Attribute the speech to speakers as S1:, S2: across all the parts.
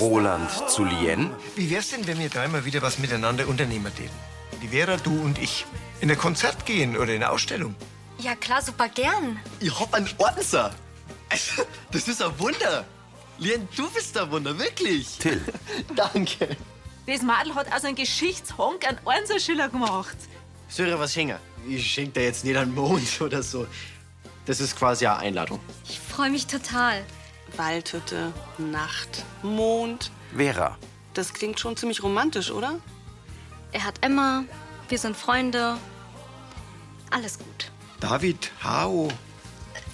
S1: Roland zu Lien.
S2: Wie wär's denn, wenn wir dreimal wieder was miteinander unternehmen täten? Die Vera, du und ich. In ein Konzert gehen oder in eine Ausstellung.
S3: Ja, klar, super gern.
S4: Ich hab einen Ordner. Also, Das ist ein Wunder. Lien, du bist ein Wunder, wirklich.
S1: Till.
S4: Danke.
S5: Das Madel hat
S6: also
S5: aus einem Geschichtshonk einen Einserschiller gemacht.
S4: Söre, was hängen? Ich schenk dir jetzt nicht einen Mond oder so. Das ist quasi eine Einladung.
S3: Ich freue mich total.
S7: Waldhütte, Nacht, Mond.
S1: Vera.
S7: Das klingt schon ziemlich romantisch, oder?
S3: Er hat Emma, wir sind Freunde. Alles gut.
S2: David, Hao,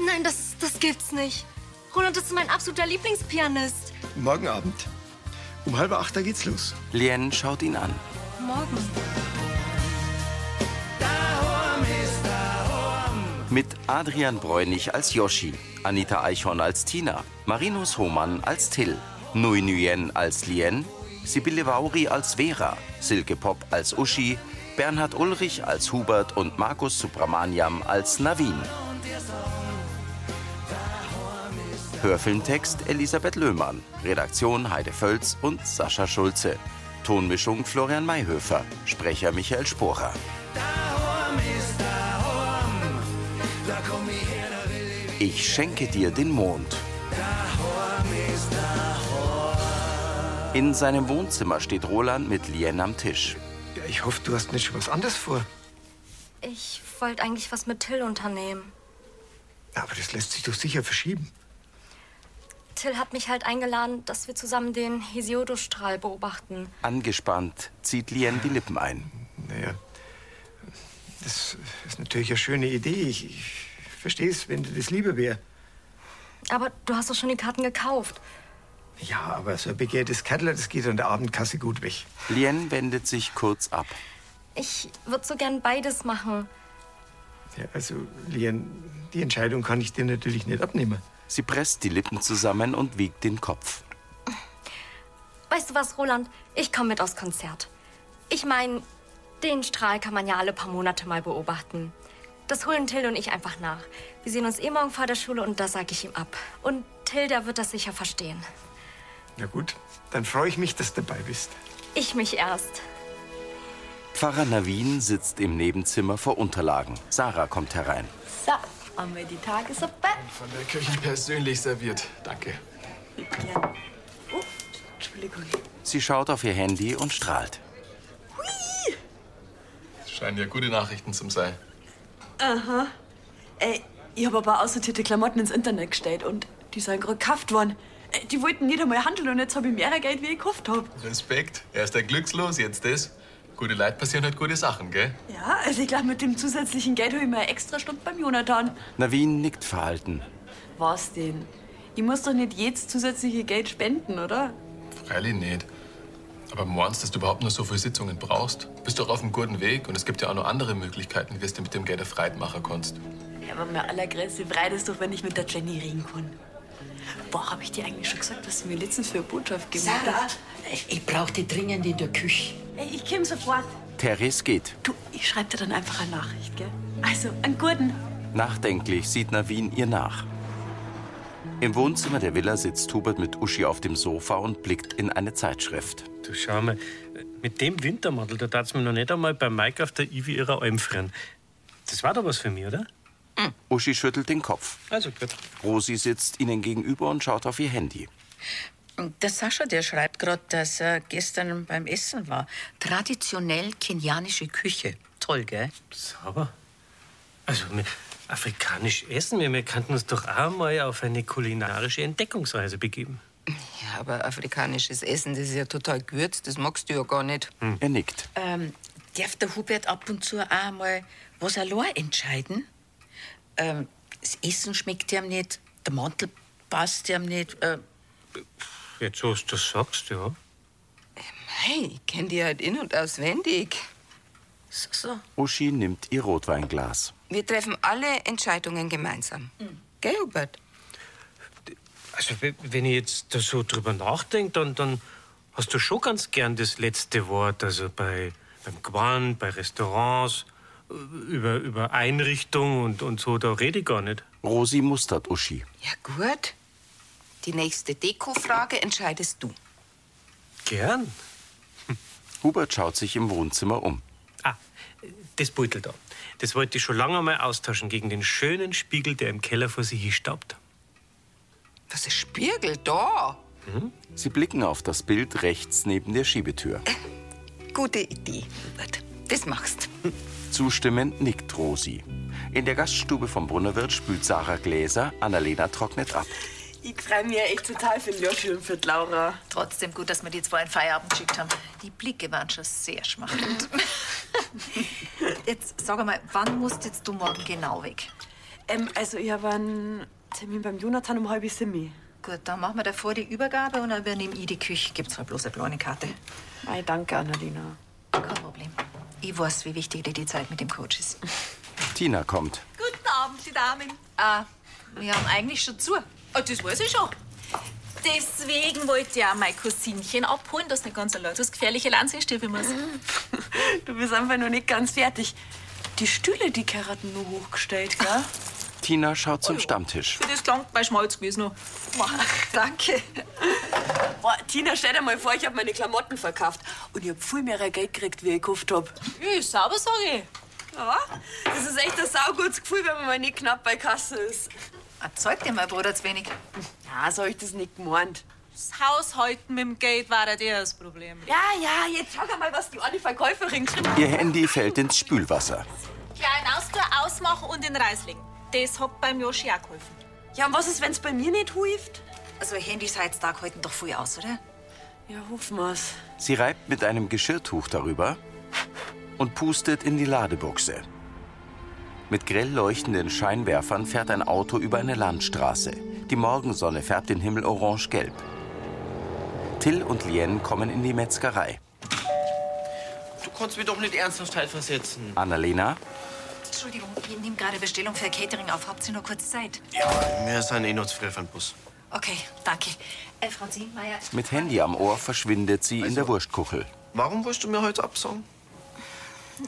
S3: Nein, das, das gibt's nicht. Roland ist mein absoluter Lieblingspianist.
S2: morgen Abend. Um halb acht, da geht's los.
S1: Lien schaut ihn an.
S3: Morgen.
S1: Mit Adrian Bräunig als Yoshi, Anita Eichhorn als Tina, Marinus Hohmann als Till, Nui Nguyen als Lien, Sibylle Vauri als Vera, Silke Pop als Uschi, Bernhard Ulrich als Hubert und Markus Subramaniam als Navin. Hörfilmtext Elisabeth Löhmann, Redaktion Heide Völz und Sascha Schulze, Tonmischung Florian Mayhöfer, Sprecher Michael Sporer. Ich schenke dir den Mond. In seinem Wohnzimmer steht Roland mit Lien am Tisch.
S2: Ja, ich hoffe, du hast nicht schon was anderes vor.
S3: Ich wollte eigentlich was mit Till unternehmen.
S2: Aber das lässt sich doch sicher verschieben.
S3: Till hat mich halt eingeladen, dass wir zusammen den Hesiodostrahl beobachten.
S1: Angespannt zieht Lien die Lippen ein.
S2: Naja, das ist natürlich eine schöne Idee. Ich, ich verstehe es, wenn dir das lieber wäre.
S3: Aber du hast doch schon die Karten gekauft.
S2: Ja, aber so ein begehrtes Kettle, das geht an der Abendkasse gut weg.
S1: Lien wendet sich kurz ab.
S3: Ich würde so gern beides machen.
S2: Ja, also, Lien, die Entscheidung kann ich dir natürlich nicht abnehmen.
S1: Sie presst die Lippen zusammen und wiegt den Kopf.
S3: Weißt du was, Roland? Ich komme mit aufs Konzert. Ich meine, den Strahl kann man ja alle paar Monate mal beobachten. Das holen Till und ich einfach nach. Wir sehen uns eh morgen vor der Schule und da sage ich ihm ab. Und Till, der wird das sicher verstehen.
S2: Na gut, dann freue ich mich, dass du dabei bist.
S3: Ich mich erst.
S1: Pfarrer Navin sitzt im Nebenzimmer vor Unterlagen. Sarah kommt herein.
S6: So, haben wir die Tagessuppe.
S8: Von der Köchin persönlich serviert. Danke.
S6: Ja. Oh, Entschuldigung.
S1: Sie schaut auf ihr Handy und strahlt.
S8: Es scheinen ja gute Nachrichten zum sein.
S6: Ey, Äh, ich hab ein paar aussortierte Klamotten ins Internet gestellt und die sind gerade gekauft worden. Ey, die wollten nicht einmal handeln und jetzt hab ich mehr Geld, wie ich gehofft hab.
S8: Respekt. Erst ein Glückslos, jetzt das. Gute Leid passieren halt gute Sachen, gell?
S6: Ja, also ich glaub, mit dem zusätzlichen Geld hab ich mir eine extra Stunde beim Jonathan.
S1: Navin nickt verhalten.
S6: Was denn? Ich muss doch nicht jedes zusätzliche Geld spenden, oder?
S8: Freilich nicht. Aber meinst du, dass du überhaupt nur so viele Sitzungen brauchst? Bist doch auf einem guten Weg und es gibt ja auch noch andere Möglichkeiten, wie du mit dem Geld erfreit machen kannst.
S6: Ja, aber mir allergrößte Freude ist doch, wenn ich mit der Jenny reden kann. Boah, hab ich dir eigentlich schon gesagt, was du mir letztens für eine Botschaft gemacht
S9: Sarah, ich brauche die dringend in der Küche.
S6: Ey, ich komm sofort.
S1: Therese geht.
S6: Du, ich schreib dir dann einfach eine Nachricht, gell? Also, einen guten.
S1: Nachdenklich sieht Navin ihr nach. Im Wohnzimmer der Villa sitzt Hubert mit Uschi auf dem Sofa und blickt in eine Zeitschrift.
S10: Du schau mal, mit dem Wintermantel, da tat's mir noch nicht einmal bei Mike auf der Ivi ihrer Alm frieren. Das war doch was für mich, oder?
S1: Uschi schüttelt den Kopf.
S10: Also gut.
S1: Rosi sitzt ihnen gegenüber und schaut auf ihr Handy.
S9: Und Der Sascha, der schreibt gerade, dass er gestern beim Essen war. Traditionell kenianische Küche. Toll, gell?
S10: Sauber. Also, wir, afrikanisch essen wir, wir könnten uns doch auch mal auf eine kulinarische Entdeckungsreise begeben.
S11: Ja, aber afrikanisches Essen, das ist ja total gewürzt, das magst du ja gar nicht.
S10: Hm.
S1: Er nickt.
S9: Ähm, darf der Hubert ab und zu auch mal was allein entscheiden? Ähm, das Essen schmeckt ihm nicht, der Mantel passt ihm nicht. Äh,
S10: Jetzt, wo du das sagst, ja.
S11: Hey, ich kenn die halt in- und auswendig.
S9: so, so.
S1: Uschi nimmt ihr Rotweinglas.
S11: Wir treffen alle Entscheidungen gemeinsam. Gell, Hubert?
S10: Also, we- wenn ich jetzt da so drüber nachdenke, dann, dann hast du schon ganz gern das letzte Wort. Also bei, beim Quan, bei Restaurants, äh, über, über Einrichtung und, und so, da rede ich gar nicht.
S1: Rosi mustert Uschi.
S11: Ja, gut. Die nächste Deko-Frage entscheidest du.
S10: Gern.
S1: Hubert schaut sich im Wohnzimmer um.
S10: Ah, das Beutel da. Das wollte ich schon lange mal austauschen gegen den schönen Spiegel, der im Keller vor sich hinstaubt.
S11: Was ist Spiegel da?
S1: Sie blicken auf das Bild rechts neben der Schiebetür.
S11: Gute Idee, Hubert. Das machst.
S1: Zustimmend nickt Rosi. In der Gaststube vom Brunnerwirt spült Sarah Gläser, Annalena trocknet ab.
S12: Ich freue mich echt total für Joshi und für Laura. Trotzdem gut, dass wir die zwei einen Feierabend geschickt haben. Die Blicke waren schon sehr schmachend. jetzt sag mal, wann musst jetzt du morgen genau weg?
S6: Ähm, also ich habe einen Termin beim Jonathan um halb sieben.
S12: Gut, dann machen wir davor die Übergabe und dann übernehme ich die Küche. Gibt's halt bloß eine kleine Karte.
S6: Ei, danke, Annalena.
S12: Kein Problem. Ich weiß, wie wichtig dir die Zeit mit dem Coach ist.
S1: Tina kommt.
S12: Guten Abend, die Damen. Ah, wir haben eigentlich schon zu.
S13: Ah, das weiß ich schon. Deswegen wollte ich auch mein Cousinchen abholen, dass nicht ganz allein das gefährliche Lanze stirben muss.
S6: Du bist einfach noch nicht ganz fertig. Die Stühle, die Keratten nur hochgestellt, gell?
S1: Tina schaut zum Stammtisch.
S13: Für das klang mein Schmalz gewesen noch.
S6: Danke. Boah, Tina, stell dir mal vor, ich habe meine Klamotten verkauft. Und ich habe viel mehr Geld gekriegt, wie ich gekauft habe.
S13: Ja, sauber sag ich.
S6: Ja, das ist echt ein saugutes Gefühl, wenn man mal nicht knapp bei Kasse ist.
S12: Zeig dir mal, Bruder, zu wenig.
S6: Ja, so hab ich das nicht gemeint.
S13: Das Haushalten mit dem Geld war ja eher das Problem.
S6: Ja, ja, jetzt schau mal, was die eine Verkäuferin geschrieben
S1: Ihr Handy fällt ins Spülwasser.
S13: Klein Austor ausmachen und in den Reis legen. Das hat beim Joschi auch geholfen.
S6: Ja, und was ist, wenn's bei mir nicht hilft?
S12: Also Handys heutzutage halten doch viel aus, oder?
S6: Ja, hoffen wir's.
S1: Sie reibt mit einem Geschirrtuch darüber und pustet in die Ladebuchse. Mit grell leuchtenden Scheinwerfern fährt ein Auto über eine Landstraße. Die Morgensonne färbt den Himmel orange-gelb. Till und Lien kommen in die Metzgerei.
S4: Du kannst mich doch nicht ernsthaft halt versetzen.
S1: Annalena,
S12: Entschuldigung, ich nehme gerade Bestellung für Catering auf. Habt ihr noch kurz Zeit?
S4: Wir sind eh noch zu früh für den Bus.
S12: Okay, danke. Äh, Frau Ziegenmeier,
S1: mit Handy am Ohr, verschwindet sie in der
S4: Also,
S1: Wurstkuchel.
S4: Warum wolltest du mir heute absagen?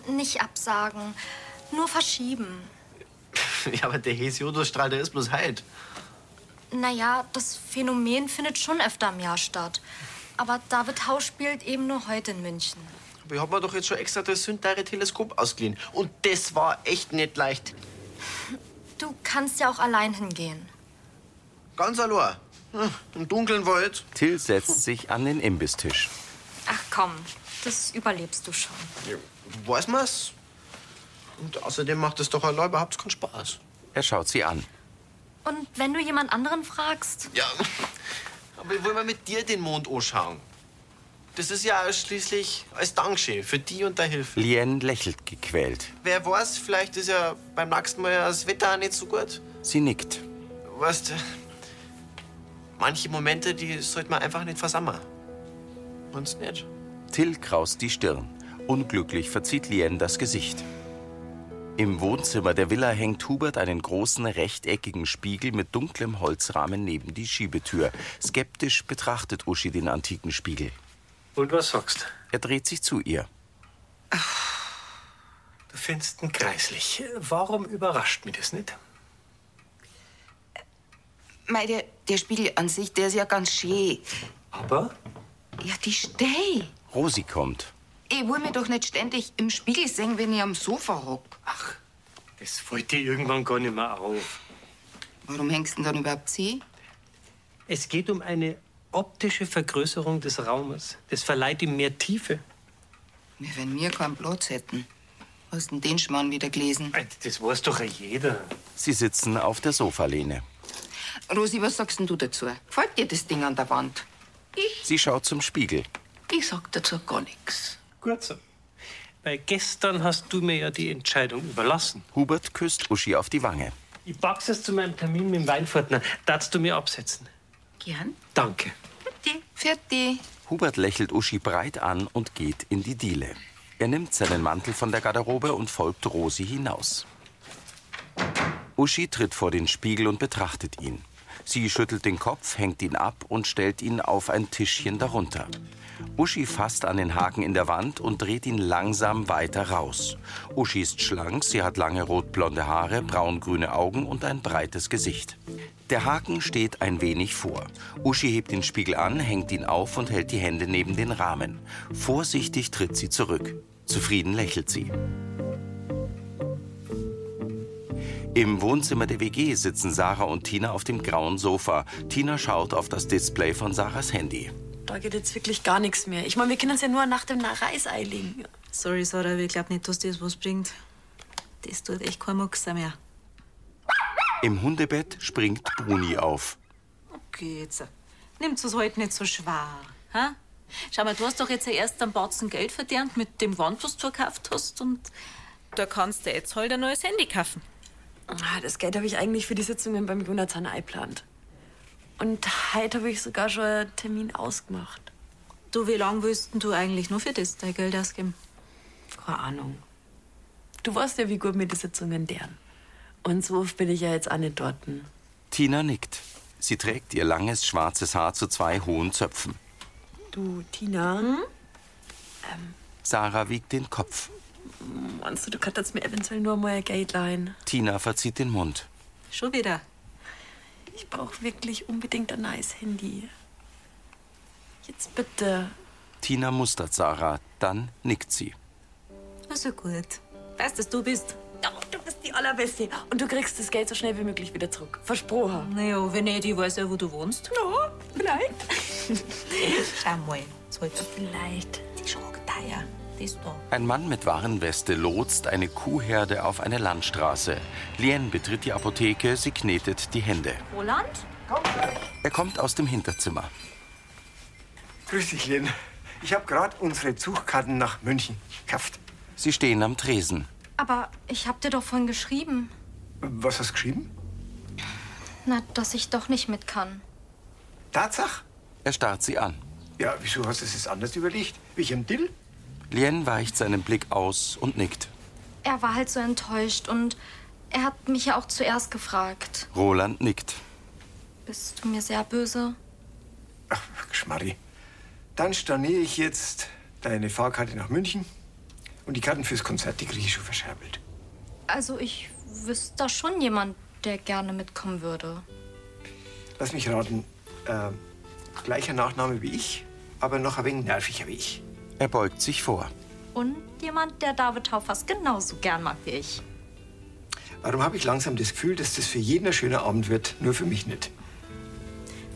S3: Nicht absagen, nur verschieben.
S4: ja, aber der Hesiodostrahl, der ist bloß halt.
S3: Naja, das Phänomen findet schon öfter im Jahr statt. Aber David Haus spielt eben nur heute in München.
S4: Aber ich hab mir doch jetzt schon extra das sündteure Teleskop ausgeliehen. Und das war echt nicht leicht.
S3: Du kannst ja auch allein hingehen.
S4: Ganz allein. Hm, Im dunklen Wald.
S1: Till setzt sich an den Imbisstisch.
S3: Ach komm, das überlebst du schon.
S4: Weiß man's? Und außerdem macht es doch allein überhaupt keinen Spaß.
S1: Er schaut sie an.
S3: Und wenn du jemand anderen fragst,
S4: Ja, aber ich will mal mit dir den Mond anschauen. Das ist ja schließlich als Dankeschön für die und deine Hilfe.
S1: Lien lächelt gequält.
S4: Wer weiß, vielleicht ist ja beim nächsten Mal ja das Wetter auch nicht so gut.
S1: Sie nickt.
S4: Weißt du, manche Momente, die sollte man einfach nicht versammeln. Sonst nicht.
S1: Till kraust die Stirn. Unglücklich verzieht Lien das Gesicht. Im Wohnzimmer der Villa hängt Hubert einen großen rechteckigen Spiegel mit dunklem Holzrahmen neben die Schiebetür. Skeptisch betrachtet Uschi den antiken Spiegel.
S10: Und was sagst
S1: Er dreht sich zu ihr.
S10: du? Findest ihn greislich. Warum überrascht mich das nicht?
S11: Mei, der, der Spiegel an sich, der ist ja ganz schön.
S10: Aber?
S11: Ja, die Steh.
S1: Rosi kommt.
S11: Ich will mir doch nicht ständig im Spiegel sehen, wenn ich am Sofa hock.
S10: Das fällt dir irgendwann gar nicht mehr auf.
S11: Warum hängst du denn dann überhaupt sie?
S10: Es geht um eine optische Vergrößerung des Raumes. Das verleiht ihm mehr Tiefe.
S11: Wie wenn wir keinen Platz hätten. Hast denn den Schmarrn wieder gelesen?
S10: Das weiß doch jeder.
S1: Sie sitzen auf der Sofalehne.
S11: Rosi, was sagst denn du dazu? Gefällt dir das Ding an der Wand?
S1: Sie schaut zum Spiegel.
S11: Ich sag dazu gar nichts.
S10: Gut so. Weil gestern hast du mir ja die Entscheidung überlassen.
S1: Hubert küsst Uschi auf die Wange.
S10: Ich pack's jetzt zu meinem Termin mit dem Weinfurtner. Darfst du mir absetzen?
S11: Gern.
S10: Danke.
S11: Fertig.
S1: Hubert lächelt Uschi breit an und geht in die Diele. Er nimmt seinen Mantel von der Garderobe und folgt Rosi hinaus. Uschi tritt vor den Spiegel und betrachtet ihn. Sie schüttelt den Kopf, hängt ihn ab und stellt ihn auf ein Tischchen darunter. Uschi fasst an den Haken in der Wand und dreht ihn langsam weiter raus. Uschi ist schlank, sie hat lange rotblonde Haare, braungrüne Augen und ein breites Gesicht. Der Haken steht ein wenig vor. Uschi hebt den Spiegel an, hängt ihn auf und hält die Hände neben den Rahmen. Vorsichtig tritt sie zurück. Zufrieden lächelt sie. Im Wohnzimmer der WG sitzen Sarah und Tina auf dem grauen Sofa. Tina schaut auf das Display von Sarahs Handy.
S6: Da geht jetzt wirklich gar nichts mehr. Ich meine, wir können uns ja nur nach dem Reiseei legen.
S14: Sorry, Sarah, ich glaube nicht, dass das was bringt. Das tut echt kein Muxer mehr.
S1: Im Hundebett springt Bruni auf.
S14: Okay, jetzt. Nimm's es halt nicht so schwer.
S13: Ha? Schau mal, du hast doch jetzt ja erst am Batzen Geld verdient mit dem Gewand, was du gekauft hast. Und da kannst du jetzt halt ein neues Handy kaufen.
S6: Ah, Das Geld habe ich eigentlich für die Sitzungen beim Jonathan eingeplant. Und heute habe ich sogar schon einen Termin ausgemacht.
S14: Du, wie lange willst denn du eigentlich nur für das dein Geld ausgeben?
S6: Keine Ahnung. Du weißt ja, wie gut mir die Sitzungen deren. Und so oft bin ich ja jetzt auch nicht dort.
S1: Tina nickt. Sie trägt ihr langes schwarzes Haar zu zwei hohen Zöpfen.
S6: Du, Tina,
S1: Sarah wiegt den Kopf.
S6: meinst du, du könntest mir eventuell nur mal ein Geld leihen?
S1: Tina verzieht den Mund.
S6: Schon wieder. Ich brauche wirklich unbedingt ein neues Handy. Jetzt bitte.
S1: Tina mustert Sarah, dann nickt sie.
S14: Also gut. Weißt, dass du bist.
S6: Du bist die Allerbeste. Und du kriegst das Geld so schnell wie möglich wieder zurück. Versprochen.
S14: Naja, wenn nicht, ich weiß ja, wo du wohnst.
S6: Ja, vielleicht.
S14: Schau mal. Sollte vielleicht. Die Schrockdeier. Das da.
S1: Ein Mann mit Warenweste lotst eine Kuhherde auf eine Landstraße. Lien betritt die Apotheke, sie knetet die Hände.
S13: Roland?
S1: Er kommt aus dem Hinterzimmer.
S2: Grüß dich, Lien. Ich habe gerade unsere Zugkarten nach München gekauft.
S1: Sie stehen am Tresen.
S3: Aber ich hab dir doch vorhin geschrieben,
S2: Was hast du geschrieben?
S3: na, dass ich doch nicht mit kann.
S2: Tatsach?
S1: Er starrt sie an.
S2: Ja, wieso hast du es jetzt anders überlegt? Wie ich im Dill?
S1: Lien weicht seinen Blick aus und nickt.
S3: Er war halt so enttäuscht und er hat mich ja auch zuerst gefragt.
S1: Roland nickt.
S3: Bist du mir sehr böse?
S2: Geschmarri. Dann storniere ich jetzt deine Fahrkarte nach München und die Karten fürs Konzert, die kriege ich schon verscherbelt.
S3: Also ich wüsste da schon jemand, der gerne mitkommen würde.
S2: Lass mich raten. Äh, gleicher Nachname wie ich, aber noch ein wenig nerviger wie ich.
S1: Er beugt sich vor.
S3: Und jemand, der David Taufers genauso gern mag wie ich.
S2: Warum habe ich langsam das Gefühl, dass das für jeden ein schöner Abend wird, nur für mich nicht?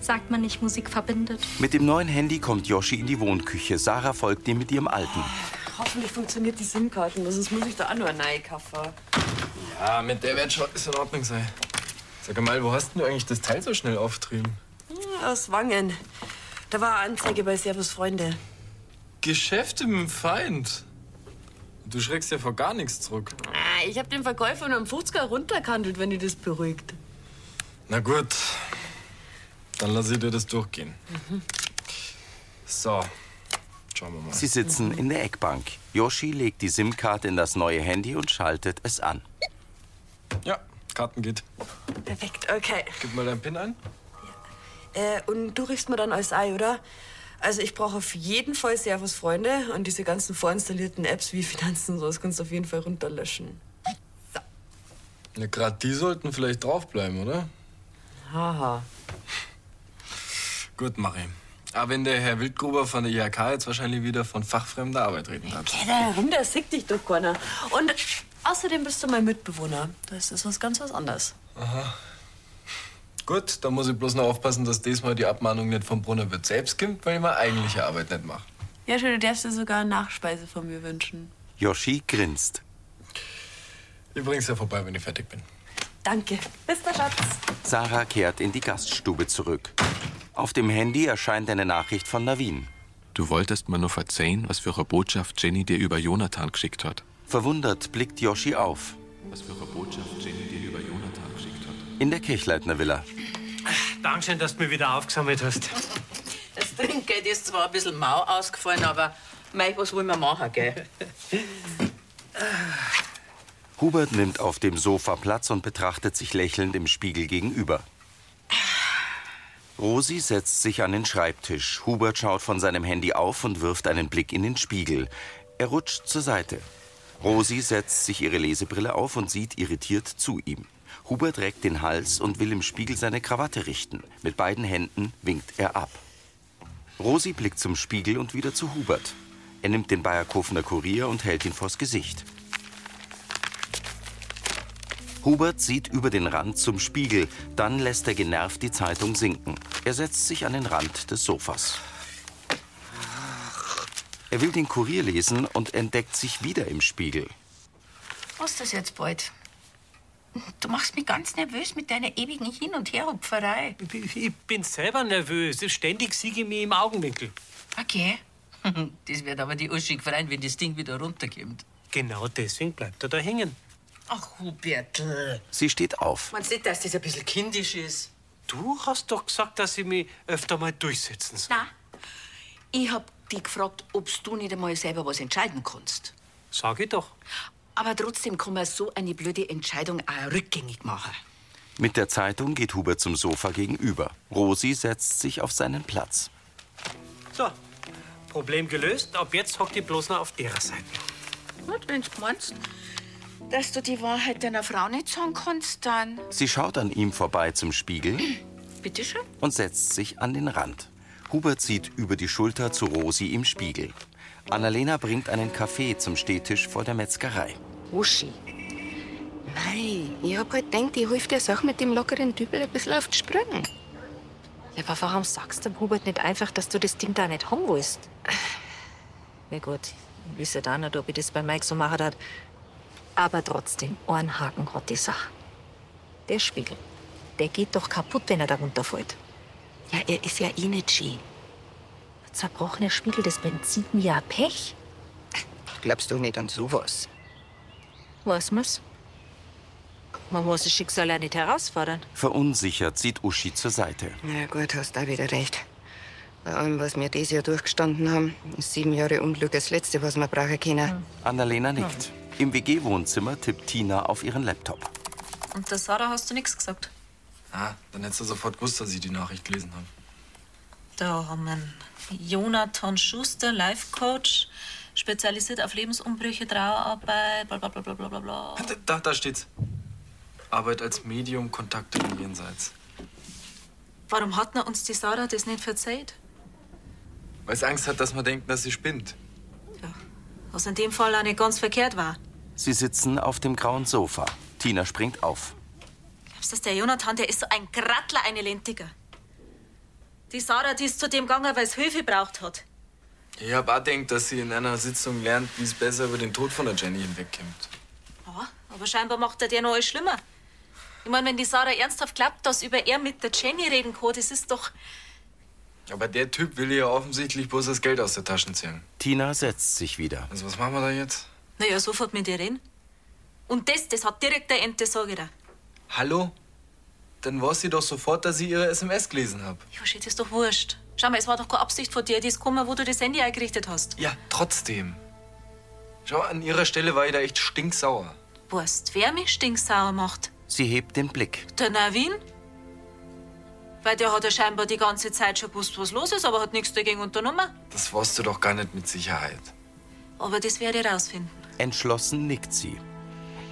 S3: Sagt man nicht, Musik verbindet?
S1: Mit dem neuen Handy kommt Yoshi in die Wohnküche. Sarah folgt ihm mit ihrem alten.
S6: Hoffentlich funktioniert die SIM-Karten. Sonst muss ich da auch nur einen neuen kaufen.
S8: Ja, Ah, mit der wird schon alles in Ordnung sein. Sag mal, wo hast denn du eigentlich das Teil so schnell auftrieben?
S6: Hm, Aus Wangen. Da war eine Anzeige bei Servus Freunde.
S8: Geschäfte mit dem Feind. Du schreckst ja vor gar nichts zurück.
S6: Ah, ich habe den Verkäufer nur am 50er runterkandelt, wenn ihr das beruhigt.
S8: Na gut, dann lass ich dir das durchgehen. So, schauen wir mal.
S1: Sie sitzen in der Eckbank. Yoshi legt die SIM-Karte in das neue Handy und schaltet es an.
S8: Ja, Karten geht.
S6: Perfekt, okay.
S8: Gib mal deinen PIN ein.
S6: Äh, und du riechst mir dann alles ein, oder? Also ich brauche auf jeden Fall Servus Freunde und diese ganzen vorinstallierten Apps wie Finanzen und sowas kannst du auf jeden Fall runterlöschen.
S8: Na, gerade die sollten vielleicht draufbleiben, oder?
S6: Haha.
S8: Gut, mach ich. Aber wenn der Herr Wildgruber von der IHK jetzt wahrscheinlich wieder von fachfremder Arbeit reden darf.
S6: Geh da herum, da sickt dich doch keiner. Und außerdem bist du mein Mitbewohner. Das ist was ganz was anderes.
S8: Aha. Gut, dann muss ich bloß noch aufpassen, dass diesmal die Abmahnung nicht vom Brunner wird selbst kommt, weil ich meine eigentliche Arbeit nicht mache.
S6: Ja, schön, du darfst dir sogar eine Nachspeise von mir wünschen.
S1: Yoshi grinst.
S8: Ich bring's ja vorbei, wenn ich fertig bin.
S6: Danke. Bis dann, Schatz.
S1: Sarah kehrt in die Gaststube zurück. Auf dem Handy erscheint eine Nachricht von Navin.
S8: Du wolltest mir nur verzeihen, was für eine Botschaft Jenny dir über Jonathan geschickt hat.
S1: Verwundert blickt Yoshi auf.
S8: Was für eine Botschaft Jenny dir über Jonathan geschickt hat.
S1: In der Kirchleitner Villa.
S10: Dankeschön, dass du mich wieder aufgesammelt hast.
S9: Das Trinkgeld ist zwar ein bisschen mau ausgefallen, aber mei, was wollen wir machen, gell?
S1: Hubert nimmt auf dem Sofa Platz und betrachtet sich lächelnd im Spiegel gegenüber. Rosi setzt sich an den Schreibtisch. Hubert schaut von seinem Handy auf und wirft einen Blick in den Spiegel. Er rutscht zur Seite. Rosi setzt sich ihre Lesebrille auf und sieht irritiert zu ihm. Hubert reckt den Hals und will im Spiegel seine Krawatte richten. Mit beiden Händen winkt er ab. Rosi blickt zum Spiegel und wieder zu Hubert. Er nimmt den Bayerkofener Kurier und hält ihn vors Gesicht. Hubert sieht über den Rand zum Spiegel, dann lässt er genervt die Zeitung sinken. Er setzt sich an den Rand des Sofas. Er will den Kurier lesen und entdeckt sich wieder im Spiegel.
S9: Was ist das jetzt bald? Du machst mich ganz nervös mit deiner ewigen Hin- und Herhupferei.
S10: Ich bin selber nervös. Ständig siege ich mich im Augenwinkel.
S9: Okay. Das wird aber die Uschi freuen, wenn das Ding wieder runterkommt.
S10: Genau deswegen bleibt er da hängen.
S9: Ach, Hubertl.
S1: Sie steht auf.
S9: Meinst du nicht, dass das ein bisschen kindisch ist?
S10: Du hast doch gesagt, dass ich mich öfter mal durchsetzen soll.
S9: Na, ich hab dich gefragt, ob du nicht einmal selber was entscheiden kannst.
S10: Sag ich doch.
S9: Aber trotzdem kann man so eine blöde Entscheidung auch rückgängig machen.
S1: Mit der Zeitung geht Hubert zum Sofa gegenüber. Rosi setzt sich auf seinen Platz.
S10: So, Problem gelöst. Ab jetzt hockt die bloß noch auf ihrer Seite.
S9: Gut, wenn du meinst, dass du die Wahrheit deiner Frau nicht sagen kannst, dann.
S1: Sie schaut an ihm vorbei zum Spiegel
S9: Bitte schön.
S1: und setzt sich an den Rand. Hubert sieht über die Schulter zu Rosi im Spiegel. Annalena bringt einen Kaffee zum Stehtisch vor der Metzgerei.
S11: Uschi. Nein, ich hab halt gedacht, ich helfe der Sache mit dem lockeren Dübel ein bisschen auf die Sprünge.
S15: Ja, aber warum sagst du dem Hubert nicht einfach, dass du das Ding da nicht haben willst? Na gut, ich weiß ja da nicht, ob ich das bei Mike so machen darf. Aber trotzdem, einen Haken hat die Sache. Der Spiegel, der geht doch kaputt, wenn er da runterfällt. Ja, er ist ja eh nicht schön. Ein zerbrochener Spiegel, das benzieht mir ja Pech.
S11: Glaubst du nicht an sowas?
S15: Weiß man's? Man muss das Schicksal ja nicht herausfordern.
S1: Verunsichert sieht Uschi zur Seite.
S11: Na gut, hast da wieder recht. Bei allem, was wir dieses Jahr durchgestanden haben, ist sieben Jahre Unglück das Letzte, was wir brauchen können.
S1: Annalena nickt. Im WG-Wohnzimmer tippt Tina auf ihren Laptop.
S13: Und der Sarah hast du nichts gesagt.
S16: Ah, dann hättest du sofort gewusst, dass ich die Nachricht gelesen habe.
S13: Da haben wir einen Jonathan Schuster, Life Coach, spezialisiert auf Lebensumbrüche, Trauerarbeit, bla bla bla bla bla bla. bla.
S16: Da, da steht's. Arbeit als Medium, Kontakte im Jenseits.
S13: Warum hat denn uns die Sarah das nicht verzeiht?
S16: Weil sie Angst hat, dass man denkt, dass sie spinnt.
S13: Was in dem Fall auch nicht ganz verkehrt war.
S1: Sie sitzen auf dem grauen Sofa. Tina springt auf.
S13: Glaubst du, dass der Jonathan, der ist so ein Grattler, eine Lentiger? Die Sarah, die ist zu dem gegangen, weil sie Hilfe braucht hat.
S16: Ich hab auch denkt, dass sie in einer Sitzung lernt, wie es besser über den Tod von der Jenny hinwegkommt.
S13: Ja, aber scheinbar macht er dir noch alles schlimmer. Ich meine, wenn die Sarah ernsthaft glaubt, dass über er mit der Jenny reden kann, das ist doch.
S16: Aber der Typ will ihr offensichtlich bloß das Geld aus der Tasche ziehen.
S1: Tina setzt sich wieder.
S16: Also was machen wir da jetzt?
S13: Naja, sofort mit ihr reden. Und das, das hat direkt der Ente, sag ich dir.
S16: Hallo? Dann war sie doch sofort, dass ich ihre SMS gelesen hab.
S13: Ja, shit, ist doch wurscht. Schau mal, es war doch keine Absicht von dir, die ist gekommen, wo du das Handy eingerichtet hast.
S16: Ja, trotzdem. Schau, an ihrer Stelle war ich da echt stinksauer.
S13: Weißt, wer mich stinksauer macht?
S1: Sie hebt den Blick.
S13: Der Navin? Weil der hat ja scheinbar die ganze Zeit schon gewusst, was los ist, aber hat nichts dagegen unternommen.
S16: Das warst du doch gar nicht mit Sicherheit.
S13: Aber das werde ich rausfinden.
S1: Entschlossen nickt sie.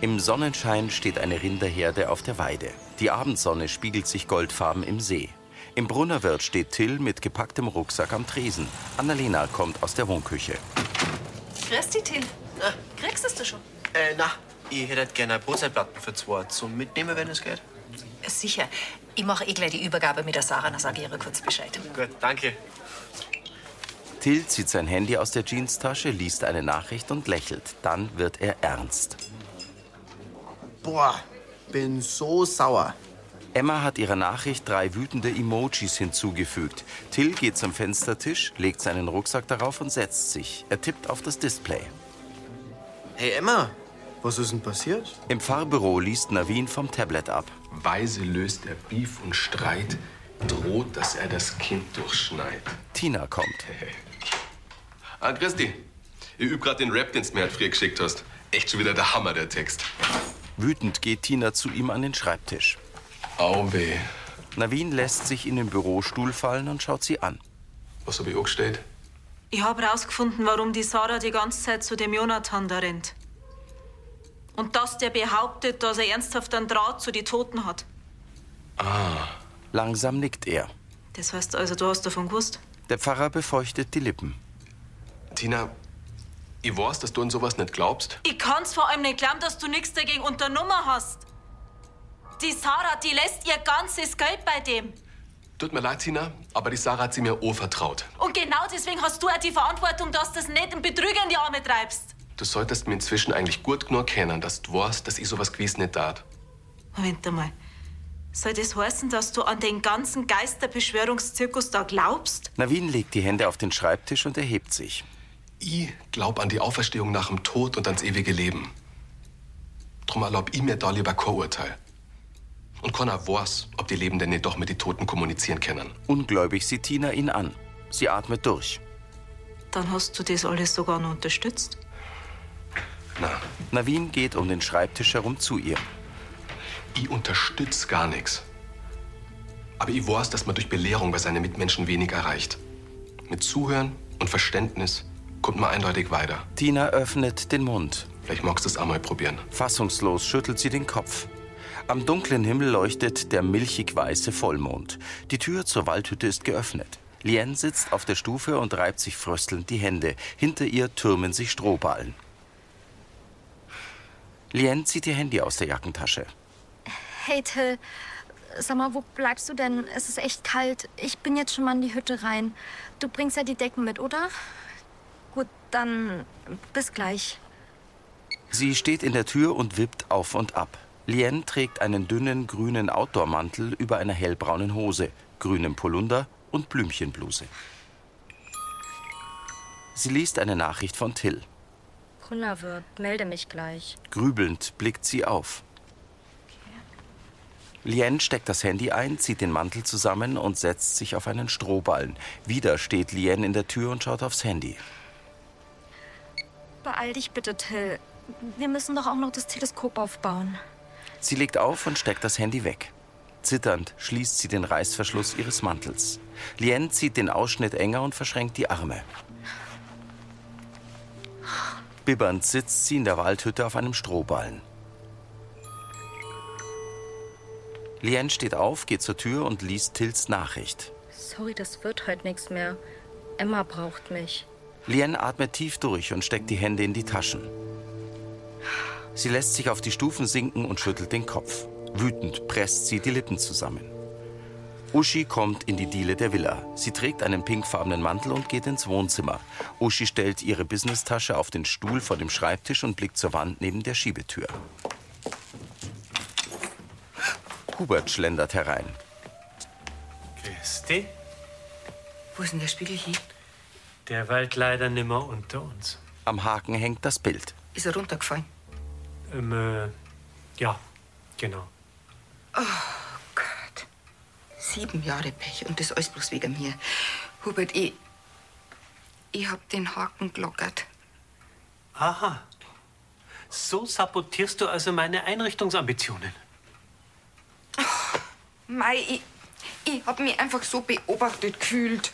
S1: Im Sonnenschein steht eine Rinderherde auf der Weide. Die Abendsonne spiegelt sich goldfarben im See. Im Brunnerwirt steht Till mit gepacktem Rucksack am Tresen. Annalena kommt aus der Wohnküche.
S5: Grüß dich, Till. Kriegst du es da schon?
S4: Äh, na, ich hätte gerne eine Brotzeitplatten für zwei zum Mitnehmen, wenn es geht.
S14: Sicher. Ich mache eh gleich die Übergabe mit der Sarah, dann sage ich ihr kurz Bescheid.
S4: Gut, danke.
S1: Till zieht sein Handy aus der Jeanstasche, liest eine Nachricht und lächelt. Dann wird er ernst.
S17: Boah, bin so sauer.
S1: Emma hat ihrer Nachricht drei wütende Emojis hinzugefügt. Till geht zum Fenstertisch, legt seinen Rucksack darauf und setzt sich. Er tippt auf das Display.
S17: Hey Emma, was ist denn passiert?
S1: Im Fahrbüro liest Navin vom Tablet ab.
S8: Weise löst er Beef und Streit, droht, dass er das Kind durchschneit.
S1: Tina kommt.
S18: Ah, Christi. Ich üb grad den Rap, den du mir halt früher geschickt hast. Echt schon wieder der Hammer, der Text.
S1: Wütend geht Tina zu ihm an den Schreibtisch.
S8: Auweh.
S1: Navin lässt sich in den Bürostuhl fallen und schaut sie an.
S8: Was habe ich angestellt?
S13: Ich habe herausgefunden, warum die Sarah die ganze Zeit zu dem Jonathan da rennt. Und dass der behauptet, dass er ernsthaft einen Draht zu den Toten hat.
S1: Ah. Langsam nickt er.
S13: Das heißt also, du hast davon gewusst?
S1: Der Pfarrer befeuchtet die Lippen.
S8: Tina, ich weiß, dass du an sowas nicht glaubst.
S13: Ich kann's vor allem nicht glauben, dass du nichts dagegen unternommen hast. Die Sarah, die lässt ihr ganzes Geld bei dem.
S8: Tut mir leid, Tina, aber die Sarah hat sie mir auch vertraut.
S13: Und genau deswegen hast du auch die Verantwortung, dass du das nicht in Betrüger in die Arme treibst.
S8: Du solltest mir inzwischen eigentlich gut genug kennen, dass du weißt, dass ich sowas gewiss nicht tat.
S13: Moment einmal. Soll das heißen, dass du an den ganzen Geisterbeschwörungszirkus da glaubst?
S1: Navin legt die Hände auf den Schreibtisch und erhebt sich.
S8: Ich glaub an die Auferstehung nach dem Tod und ans ewige Leben. Drum erlaub ich mir da lieber kein Urteil. Und Connor weiß, ob die Lebenden nicht doch mit den Toten kommunizieren können.
S1: Ungläubig sieht Tina ihn an. Sie atmet durch.
S13: Dann hast du das alles sogar noch unterstützt.
S1: Na. Navin geht um den Schreibtisch herum zu ihr.
S8: Ich unterstütze gar nichts. Aber ich weiß, dass man durch Belehrung bei seinen Mitmenschen wenig erreicht. Mit Zuhören und Verständnis kommt man eindeutig weiter.
S1: Tina öffnet den Mund.
S8: Vielleicht magst du es einmal probieren.
S1: Fassungslos schüttelt sie den Kopf. Am dunklen Himmel leuchtet der milchig weiße Vollmond. Die Tür zur Waldhütte ist geöffnet. Lien sitzt auf der Stufe und reibt sich fröstelnd die Hände. Hinter ihr türmen sich Strohballen. Lien zieht ihr Handy aus der Jackentasche.
S3: Hey Till, sag mal, wo bleibst du denn? Es ist echt kalt. Ich bin jetzt schon mal in die Hütte rein. Du bringst ja die Decken mit, oder? Gut, dann bis gleich.
S1: Sie steht in der Tür und wippt auf und ab. Lien trägt einen dünnen grünen Outdoor-Mantel über einer hellbraunen Hose, grünem Polunder und Blümchenbluse. Sie liest eine Nachricht von Till.
S3: Grüner wird, melde mich gleich.
S1: Grübelnd blickt sie auf. Lien steckt das Handy ein, zieht den Mantel zusammen und setzt sich auf einen Strohballen. Wieder steht Lien in der Tür und schaut aufs Handy.
S3: Beeil dich bitte, Till. Wir müssen doch auch noch das Teleskop aufbauen.
S1: Sie legt auf und steckt das Handy weg. Zitternd schließt sie den Reißverschluss ihres Mantels. Lien zieht den Ausschnitt enger und verschränkt die Arme. Bibbernd sitzt sie in der Waldhütte auf einem Strohballen. Lien steht auf, geht zur Tür und liest Tills Nachricht.
S3: Sorry, das wird heute nichts mehr. Emma braucht mich.
S1: Lien atmet tief durch und steckt die Hände in die Taschen. Sie lässt sich auf die Stufen sinken und schüttelt den Kopf. Wütend presst sie die Lippen zusammen. Uschi kommt in die Diele der Villa. Sie trägt einen pinkfarbenen Mantel und geht ins Wohnzimmer. Uschi stellt ihre Businesstasche auf den Stuhl vor dem Schreibtisch und blickt zur Wand neben der Schiebetür. Hubert schlendert herein.
S10: Grüß dich.
S6: Wo ist denn der Spiegel hin?
S10: Der Wald leider nimmer unter uns.
S1: Am Haken hängt das Bild.
S6: Ist er runtergefallen?
S10: Ähm, äh, ja, genau.
S6: Oh Gott. Sieben Jahre Pech und das alles bloß wegen mir. Hubert, ich. Ich hab den Haken gelockert.
S10: Aha. So sabotierst du also meine Einrichtungsambitionen.
S6: Mei, ich, ich hab mich einfach so beobachtet gefühlt.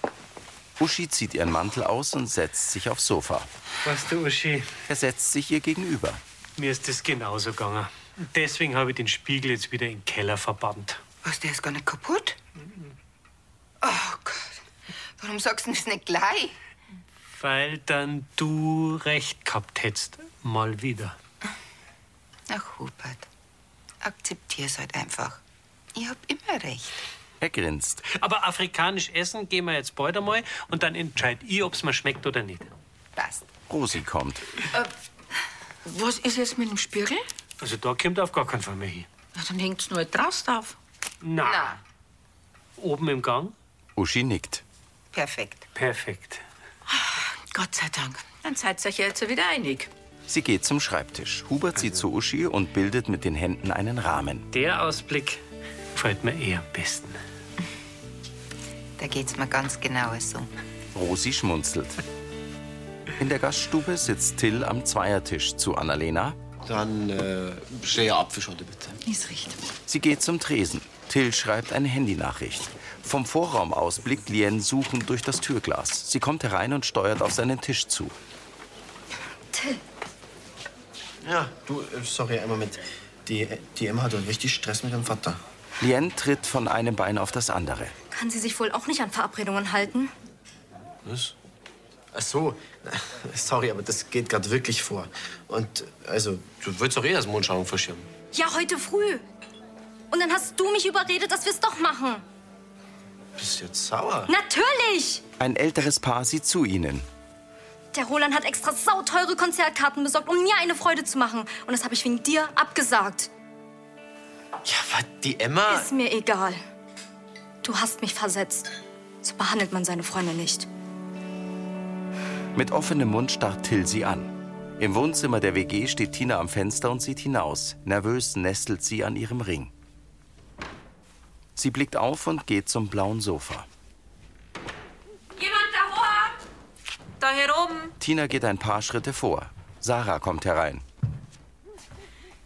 S1: Uschi zieht ihren Mantel aus und setzt sich aufs Sofa.
S10: Weißt du, Uschi,
S1: Er setzt sich ihr gegenüber.
S10: mir ist das genauso gegangen. Deswegen habe ich den Spiegel jetzt wieder in den Keller verbannt.
S6: Was, der ist gar nicht kaputt? Oh Gott. Warum sagst du das nicht gleich?
S10: Weil dann du recht gehabt hättest. Mal wieder.
S6: Ach, Hubert. Akzeptier's halt einfach. Ich hab immer recht.
S1: Er grinst.
S10: Aber afrikanisch essen gehen wir jetzt bald einmal und dann entscheid ich, ob's mir schmeckt oder nicht.
S6: Passt.
S1: Rosi kommt.
S9: Äh, Was ist jetzt mit dem Spiegel?
S10: Also da kommt er auf gar keinen Fall mehr hin.
S9: Na, dann hängt's nur draußen auf.
S10: Na. Oben im Gang?
S1: Uschi nickt.
S9: Perfekt. Ah,
S10: Perfekt.
S9: Gott sei Dank. Dann seid ihr euch ja jetzt wieder einig.
S1: Sie geht zum Schreibtisch. Hubert sieht zu Uschi und bildet mit den Händen einen Rahmen.
S10: Der Ausblick gefällt mir eh am besten.
S6: Da geht's mir ganz genau so.
S1: Rosi schmunzelt. In der Gaststube sitzt Till am Zweiertisch zu Annalena.
S4: Dann äh, stell ja Apfelschorte bitte.
S1: Ist recht. Sie geht zum Tresen. Till schreibt eine Handynachricht. Vom Vorraum aus blickt Lien suchend durch das Türglas. Sie kommt herein und steuert auf seinen Tisch zu.
S3: Till,
S4: Ja, du, äh, sorry, einen Moment. Die, die Emma hat richtig Stress mit ihrem Vater.
S1: Lien tritt von einem Bein auf das andere.
S3: kann sie sich wohl auch nicht an Verabredungen halten?
S4: Was? Ach so, Na, sorry, aber das geht gerade wirklich vor. Und also, du willst doch eh das Mondschauung verschirmen.
S3: Ja, heute früh. Und dann hast du mich überredet, dass wir es doch machen.
S4: Bist jetzt sauer?
S3: Natürlich!
S1: Ein älteres Paar sieht zu ihnen.
S3: Der Roland hat extra sauteure Konzertkarten besorgt, um mir eine Freude zu machen. Und das habe ich wegen dir abgesagt.
S4: Die Emma.
S3: Ist mir egal. Du hast mich versetzt. So behandelt man seine Freunde nicht.
S1: Mit offenem Mund starrt Till sie an. Im Wohnzimmer der WG steht Tina am Fenster und sieht hinaus. Nervös nestelt sie an ihrem Ring. Sie blickt auf und geht zum blauen Sofa.
S13: Jemand da hoch! Da hier oben.
S1: Tina geht ein paar Schritte vor. Sarah kommt herein.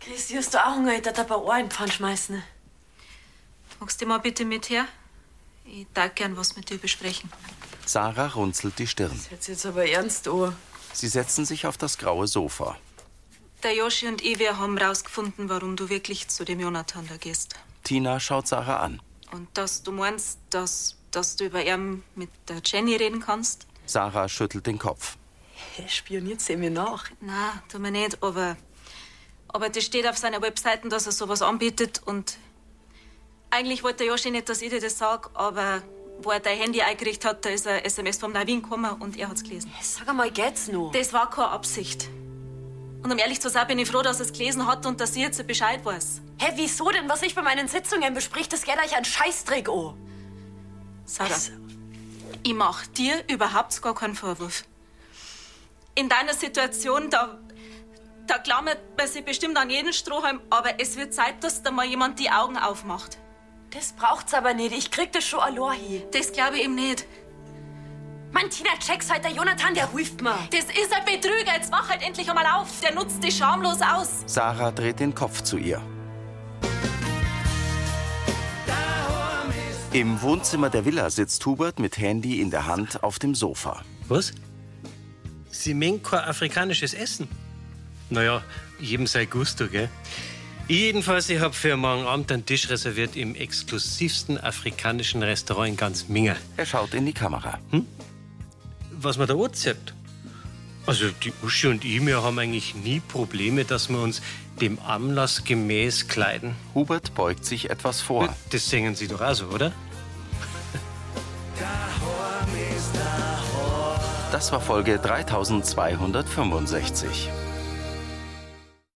S6: Christi, hast du auch Hunger? Ich darf aber auch einen Pfann schmeißen.
S13: Magst du mal bitte mit her? Ich darf gern was mit dir besprechen.
S1: Sarah runzelt die Stirn.
S6: Das ist jetzt aber ernst, oh.
S1: Sie setzen sich auf das graue Sofa.
S13: Der Joshi und ich, wir haben rausgefunden, warum du wirklich zu dem Jonathan da gehst.
S1: Tina schaut Sarah an.
S13: Und dass du meinst, dass, dass du über ihn mit der Jenny reden kannst.
S1: Sarah schüttelt den Kopf.
S6: Er spioniert sie mir nach.
S13: Na, tut mir nicht, aber. Aber das steht auf seiner Webseite, dass er sowas anbietet und. Eigentlich wollte der Joshi nicht, dass ich dir das sag, aber wo er dein Handy eingerichtet hat, da ist ein SMS vom Navin gekommen und er hat's gelesen.
S6: Sag einmal, geht's noch?
S13: Das war keine Absicht. Und um ehrlich zu sein, bin ich froh, dass er es gelesen hat und dass ich jetzt Bescheid weiß.
S6: Hä, wieso denn? Was ich bei meinen Sitzungen bespricht, das geht euch an Scheißdreck, oh.
S13: Sarah, ich mach dir überhaupt gar keinen Vorwurf. In deiner Situation, da, da klammert man sich bestimmt an jeden Strohhalm, aber es wird Zeit, dass da mal jemand die Augen aufmacht.
S6: Das braucht's aber nicht. Ich krieg das schon allein.
S13: Das glaube ich ihm nicht.
S6: Mann, Tina, check's halt. Der Jonathan, der hilft mir.
S13: Das ist ein Betrüger, jetzt wach halt endlich einmal auf. Der nutzt dich schamlos aus.
S1: Sarah dreht den Kopf zu ihr. Im Wohnzimmer der Villa sitzt Hubert mit Handy in der Hand auf dem Sofa.
S10: Was? Sie mengen kein afrikanisches Essen. Naja, jedem sein Gusto, gell? Jedenfalls, ich habe für morgen Abend einen Tisch reserviert im exklusivsten afrikanischen Restaurant in ganz Minga.
S1: Er schaut in die Kamera.
S10: Hm? Was man da anzeigt? Also, die Uschi und ich, wir haben eigentlich nie Probleme, dass wir uns dem Anlass gemäß kleiden.
S1: Hubert beugt sich etwas vor.
S10: Das singen Sie doch auch so, oder?
S1: Das war Folge 3265.